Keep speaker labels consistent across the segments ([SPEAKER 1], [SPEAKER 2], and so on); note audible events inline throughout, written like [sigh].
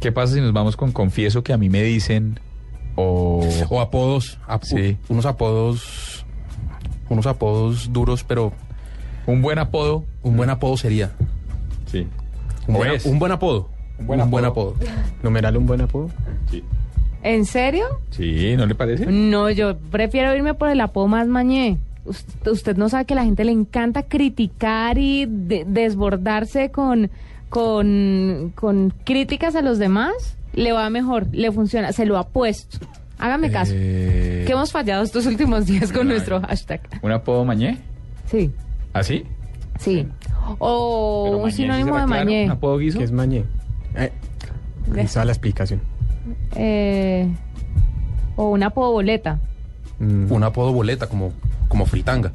[SPEAKER 1] ¿Qué pasa si nos vamos con confieso que a mí me dicen "Oh, o...
[SPEAKER 2] O apodos, ap-
[SPEAKER 1] Sí.
[SPEAKER 2] unos apodos, unos apodos duros, pero
[SPEAKER 1] un buen apodo?
[SPEAKER 2] un buen apodo sería.
[SPEAKER 3] Sí,
[SPEAKER 2] Un,
[SPEAKER 1] O
[SPEAKER 2] buen,
[SPEAKER 1] es.
[SPEAKER 2] un buen apodo. Un buen apodo.
[SPEAKER 4] Numeral un buen apodo.
[SPEAKER 3] sí.
[SPEAKER 5] ¿En serio?
[SPEAKER 1] Sí, ¿no le parece?
[SPEAKER 5] No, yo prefiero irme por el apodo más mañé. Us- Usted, no sabe que a la gente le encanta criticar y de- desbordarse con, con, con críticas a los demás. Le va mejor, le funciona, se lo apuesto. Hágame caso.
[SPEAKER 1] Eh,
[SPEAKER 5] Que hemos fallado estos últimos días con
[SPEAKER 1] Ay.
[SPEAKER 5] nuestro hashtag.
[SPEAKER 1] ¿Un apodo mañé? ¿Ah,
[SPEAKER 5] Sí,
[SPEAKER 1] ¿Así?
[SPEAKER 5] sí.
[SPEAKER 1] Pero
[SPEAKER 5] O Oh, un
[SPEAKER 1] mañé, ¿sí
[SPEAKER 5] sinónimo
[SPEAKER 1] será
[SPEAKER 5] de
[SPEAKER 1] claro?
[SPEAKER 5] mañé.
[SPEAKER 1] ¿Un apodo guiso?
[SPEAKER 4] ¿Qué es mañé?
[SPEAKER 5] Ya.
[SPEAKER 4] Ahí está la explicación.
[SPEAKER 5] Eh, o una apodoboleta.
[SPEAKER 4] Mm,
[SPEAKER 2] Un apodo boleta, como, como fritanga.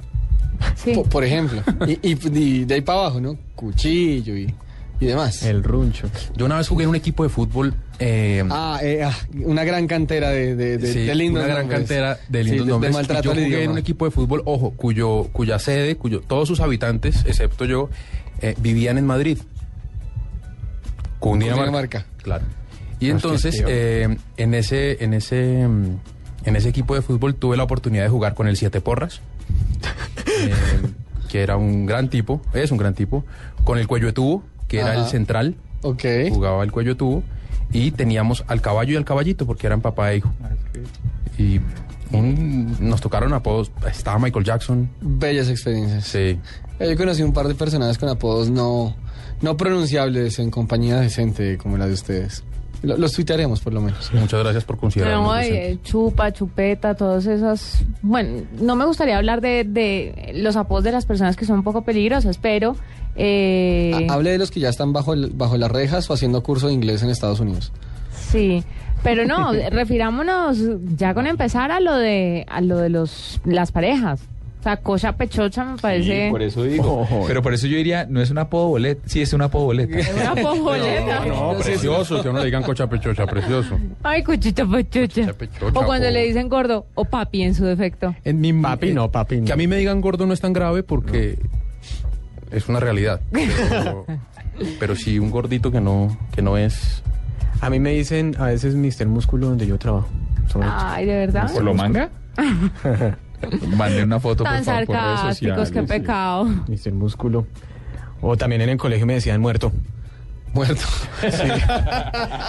[SPEAKER 5] Sí.
[SPEAKER 6] Por, por ejemplo. Y, y- y de ahí para abajo, ¿no? Cuchillo y, y demás.
[SPEAKER 4] el runcho.
[SPEAKER 2] Yo una vez jugué en un equipo de fútbol. eh,
[SPEAKER 6] Ah, eh, ah, una gran cantera de, de, de,
[SPEAKER 2] sí,
[SPEAKER 6] de lindos
[SPEAKER 2] una gran
[SPEAKER 6] nombres.
[SPEAKER 2] cantera de
[SPEAKER 6] Sí,
[SPEAKER 2] lindos nombres.
[SPEAKER 6] De maltrato
[SPEAKER 2] y yo
[SPEAKER 6] al
[SPEAKER 2] jugué en
[SPEAKER 6] idioma.
[SPEAKER 2] un equipo de fútbol, ojo, cuyo, cuya sede, cuyo, todos sus habitantes, excepto yo, eh, vivían en Madrid. Cundinamarca.
[SPEAKER 6] Cundinamarca.
[SPEAKER 2] Claro. Y
[SPEAKER 4] Hostia,
[SPEAKER 2] entonces,
[SPEAKER 4] tío.
[SPEAKER 2] eh, en ese, en ese, mm, en ese equipo de fútbol tuve la oportunidad de jugar con el Siete
[SPEAKER 6] [laughs]
[SPEAKER 2] Porras, eh, que era un gran tipo, es un gran tipo, con el cuello de tubo, que era
[SPEAKER 6] Ajá.
[SPEAKER 2] el central,
[SPEAKER 6] Ok.
[SPEAKER 2] jugaba el cuello de tubo, y teníamos al caballo y al caballito, porque eran papá e hijo. Y un- nos tocaron apodos. Estaba Michael Jackson.
[SPEAKER 6] Bellas experiencias.
[SPEAKER 2] Sí.
[SPEAKER 6] Eh, Yo conocí un par de personas con apodos no, no pronunciables en compañía decente como la de ustedes. Lo- los tuitearemos, por lo menos.
[SPEAKER 2] Muchas gracias por considerarnos.
[SPEAKER 5] No, eh,
[SPEAKER 2] decentes.
[SPEAKER 5] chupa, chupeta, todas esas. Bueno, no me gustaría hablar de, de los apodos de las personas que son un poco peligrosas, pero. eh,
[SPEAKER 6] Ha- Ah, Hable de los que ya están bajo, el- bajo las rejas o haciendo curso de inglés en Estados Unidos. [laughs]
[SPEAKER 5] Sí, pero no, refirámonos ya con empezar a lo de a lo de los las parejas. O sea, cocha pechocha me parece.
[SPEAKER 3] Sí, por eso digo.
[SPEAKER 1] [laughs] Pero por eso yo diría, no es un apodo bolet, sí es un apodo boleta. [laughs]
[SPEAKER 5] Una poboleta.
[SPEAKER 2] No, precioso, que a uno le digan cocha pechocha, precioso.
[SPEAKER 5] Ay, cuchita pechocha.
[SPEAKER 2] Cocha pechocha,
[SPEAKER 5] O cuando
[SPEAKER 2] o-
[SPEAKER 5] le dicen gordo o papi en su defecto.
[SPEAKER 2] En mi, eh,
[SPEAKER 4] Papi, no, papi, no.
[SPEAKER 2] Que a mí me digan gordo no es tan grave porque es una realidad. Pero, pero sí, un gordito que no, que no es.
[SPEAKER 4] A mí me dicen a veces Mister Músculo donde yo trabajo. Son
[SPEAKER 5] Ay, de verdad.
[SPEAKER 1] ¿Por lo
[SPEAKER 5] [laughs]
[SPEAKER 1] manga? Mande una foto por
[SPEAKER 5] Tan
[SPEAKER 1] favor por redes
[SPEAKER 5] sarcásticos, qué
[SPEAKER 1] sociales.
[SPEAKER 5] pecado.
[SPEAKER 4] Mister Músculo. O también en el colegio me decían muerto.
[SPEAKER 6] Muerto.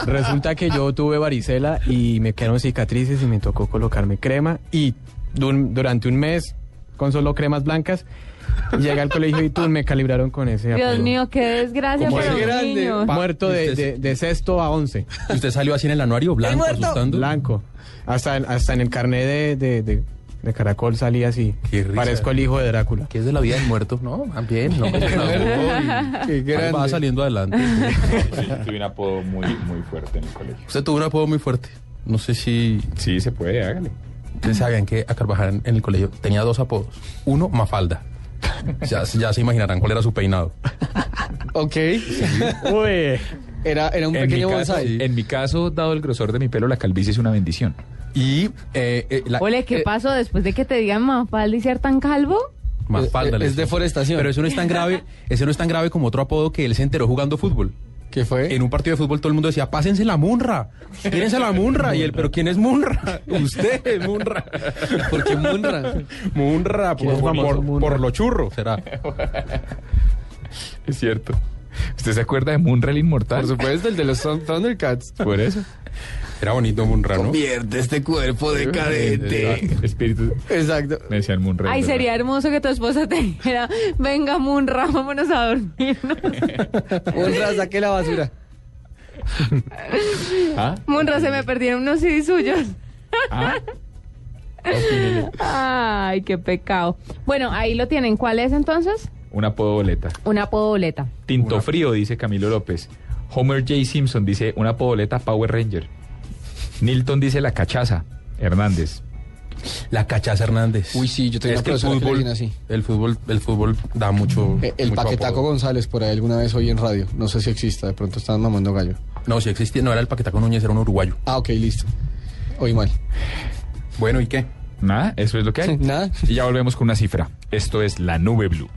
[SPEAKER 4] Resulta que yo tuve varicela y me quedaron cicatrices y me tocó colocarme crema y dun- durante un mes con solo cremas blancas llegué al colegio y tú me calibraron con ese
[SPEAKER 5] Dios
[SPEAKER 4] apodo.
[SPEAKER 5] mío, qué desgracia
[SPEAKER 2] Como
[SPEAKER 5] para
[SPEAKER 2] es
[SPEAKER 5] los
[SPEAKER 6] grande,
[SPEAKER 5] niños.
[SPEAKER 2] pa-
[SPEAKER 4] Muerto de, de- de sexto a once,
[SPEAKER 2] ¿Y usted salió así en el anuario, blanco, asustando?
[SPEAKER 4] blanco. Hasta en, hasta en el carnet de, de- de- de caracol salí así.
[SPEAKER 2] Qué risa.
[SPEAKER 4] Parezco el hijo de Drácula.
[SPEAKER 2] ¿Qué es de la vida del muerto? No, también. No,
[SPEAKER 6] [laughs] Qué grande.
[SPEAKER 2] va saliendo adelante.
[SPEAKER 3] Sí, tuve un apodo muy, muy fuerte en el colegio.
[SPEAKER 2] [laughs] Usted tuvo un apodo muy fuerte. No sé si
[SPEAKER 3] Sí, se puede, hágale.
[SPEAKER 2] ustedes sabían que a Carvajal en el colegio tenía dos apodos. Uno, Mafalda. Ya, ya se imaginarán cuál era su peinado.
[SPEAKER 6] Ok.
[SPEAKER 4] Uy.
[SPEAKER 6] Era, era un
[SPEAKER 1] En mi,
[SPEAKER 6] pequeño
[SPEAKER 1] caso,
[SPEAKER 6] bonsai.
[SPEAKER 1] en mi caso, dado el grosor de mi pelo, la calvicie es una bendición.
[SPEAKER 2] Y. Eh, eh, la-
[SPEAKER 5] Ole, ¿qué
[SPEAKER 2] eh,
[SPEAKER 5] pasó después de que te digan mafalda y ser tan calvo?
[SPEAKER 2] Mafalda.
[SPEAKER 6] Es-
[SPEAKER 2] le
[SPEAKER 6] es
[SPEAKER 2] decía.
[SPEAKER 6] deforestación.
[SPEAKER 2] Pero eso no es tan grave. Ese no es tan grave como otro apodo que él se enteró jugando fútbol.
[SPEAKER 6] ¿Qué fue?
[SPEAKER 2] En un partido de fútbol todo el mundo decía, pásense la Munra. Tírense la Munra. Y él, ¿pero quién es Munra? [laughs] Usted, Munra.
[SPEAKER 6] ¿Por qué Munra?
[SPEAKER 2] Munra,
[SPEAKER 4] ¿Quién es
[SPEAKER 2] por,
[SPEAKER 4] famoso
[SPEAKER 2] por-
[SPEAKER 4] Munra?
[SPEAKER 2] por lo churro, será.
[SPEAKER 1] Es cierto. ¿Usted se acuerda de Munra el Inmortal?
[SPEAKER 6] Por supuesto, el de los Thun- Thundercats.
[SPEAKER 1] Por eso.
[SPEAKER 2] Era bonito Munra, ¿no?
[SPEAKER 6] Convierte este cuerpo
[SPEAKER 1] Eh, Espíritu.
[SPEAKER 6] Exacto.
[SPEAKER 1] Me decían Munra.
[SPEAKER 5] Ay,
[SPEAKER 1] es verdad.
[SPEAKER 5] sería hermoso que tu esposa te dijera, venga, Munra, vámonos a dormirnos.
[SPEAKER 6] Munra, saque la basura.
[SPEAKER 1] ¿Ah?
[SPEAKER 5] Munra, se me perdieron unos CDs suyos.
[SPEAKER 1] ¿Ah?
[SPEAKER 5] Ay, qué pecado. Bueno, ahí lo tienen. ¿Cuál es entonces?
[SPEAKER 1] Un apodo boleta.
[SPEAKER 5] Una apodoboleta.
[SPEAKER 1] Tinto frío, dice Camilo López. Homer J. Simpson dice una podoleta Power Ranger. Nilton dice la cachaza. Hernández.
[SPEAKER 2] La cachaza Hernández.
[SPEAKER 6] Uy, sí, yo tenía
[SPEAKER 2] Es
[SPEAKER 6] una
[SPEAKER 2] que el
[SPEAKER 6] profesora que le
[SPEAKER 2] fútbol,
[SPEAKER 6] decían así.
[SPEAKER 2] el fútbol, el fútbol da mucho.
[SPEAKER 6] Eh, El
[SPEAKER 2] mucho
[SPEAKER 6] paquetaco
[SPEAKER 2] apodo.
[SPEAKER 6] González, por ahí alguna vez hoy en radio. No sé si exista, de pronto estaban mamando gallo.
[SPEAKER 2] No, si existía, no era el paquetaco Núñez, era un uruguayo.
[SPEAKER 6] Ah, ok, listo. Hoy mal.
[SPEAKER 2] Bueno, ¿y qué?
[SPEAKER 1] Nada, eso es lo que hay.
[SPEAKER 6] [laughs] Nada.
[SPEAKER 1] Y ya volvemos con una cifra. Esto es la nube blue.